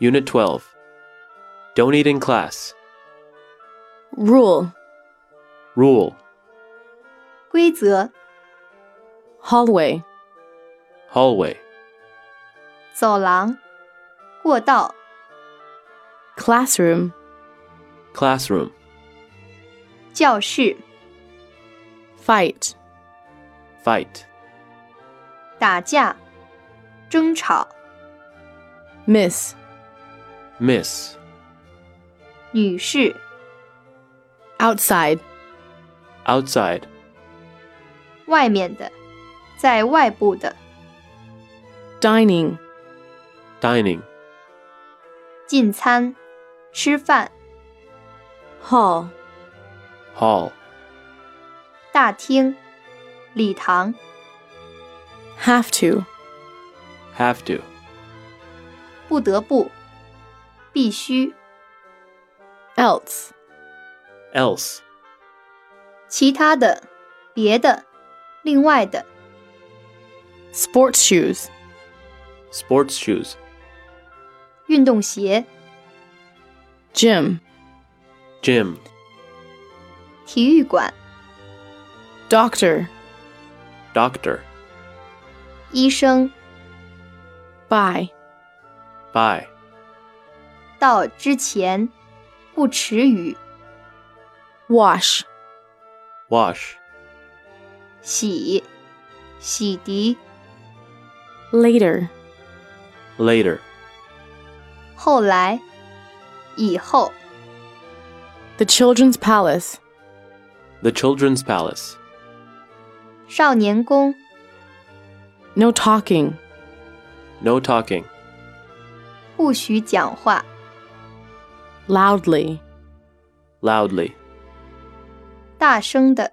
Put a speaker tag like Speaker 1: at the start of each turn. Speaker 1: Unit 12. Don't eat in class.
Speaker 2: Rule.
Speaker 1: Rule.
Speaker 3: 规则、
Speaker 2: Hallway.
Speaker 1: Hallway.
Speaker 3: 走廊、过道、
Speaker 2: Classroom.
Speaker 1: Classroom.
Speaker 3: 教室、
Speaker 2: Fight.
Speaker 1: Fight.
Speaker 3: 打架、争吵、
Speaker 2: Miss.
Speaker 1: Miss.
Speaker 3: 女士、
Speaker 2: Outside.
Speaker 1: Outside.
Speaker 3: 外面的、在外部的、
Speaker 2: Dining.
Speaker 1: Dining.
Speaker 3: 进餐、吃饭、
Speaker 2: Hall.
Speaker 1: Hall.
Speaker 3: 大厅、礼堂、
Speaker 2: Have to.
Speaker 1: Have to.
Speaker 3: 不得不、必须、
Speaker 2: Else.
Speaker 1: Else.
Speaker 3: 其他的、别的、另外的、
Speaker 2: Sports shoes.
Speaker 1: Sports shoes.
Speaker 3: 运动鞋、
Speaker 2: Gym.
Speaker 1: Gym.
Speaker 3: 体育馆、
Speaker 2: Doctor.
Speaker 1: Doctor.
Speaker 3: 医生、
Speaker 2: Buy.
Speaker 1: Buy.
Speaker 3: 到之前、不迟于、
Speaker 2: Wash.
Speaker 1: Wash.
Speaker 3: 洗、洗涤、
Speaker 2: Later.
Speaker 1: Later.
Speaker 3: 后来、以后、
Speaker 2: The Children's Palace.
Speaker 1: The Children's Palace.
Speaker 3: 少年宫、
Speaker 2: No talking.
Speaker 1: No talking.
Speaker 3: 不许讲话、
Speaker 2: Loudly.
Speaker 1: Loudly.
Speaker 3: 大声的、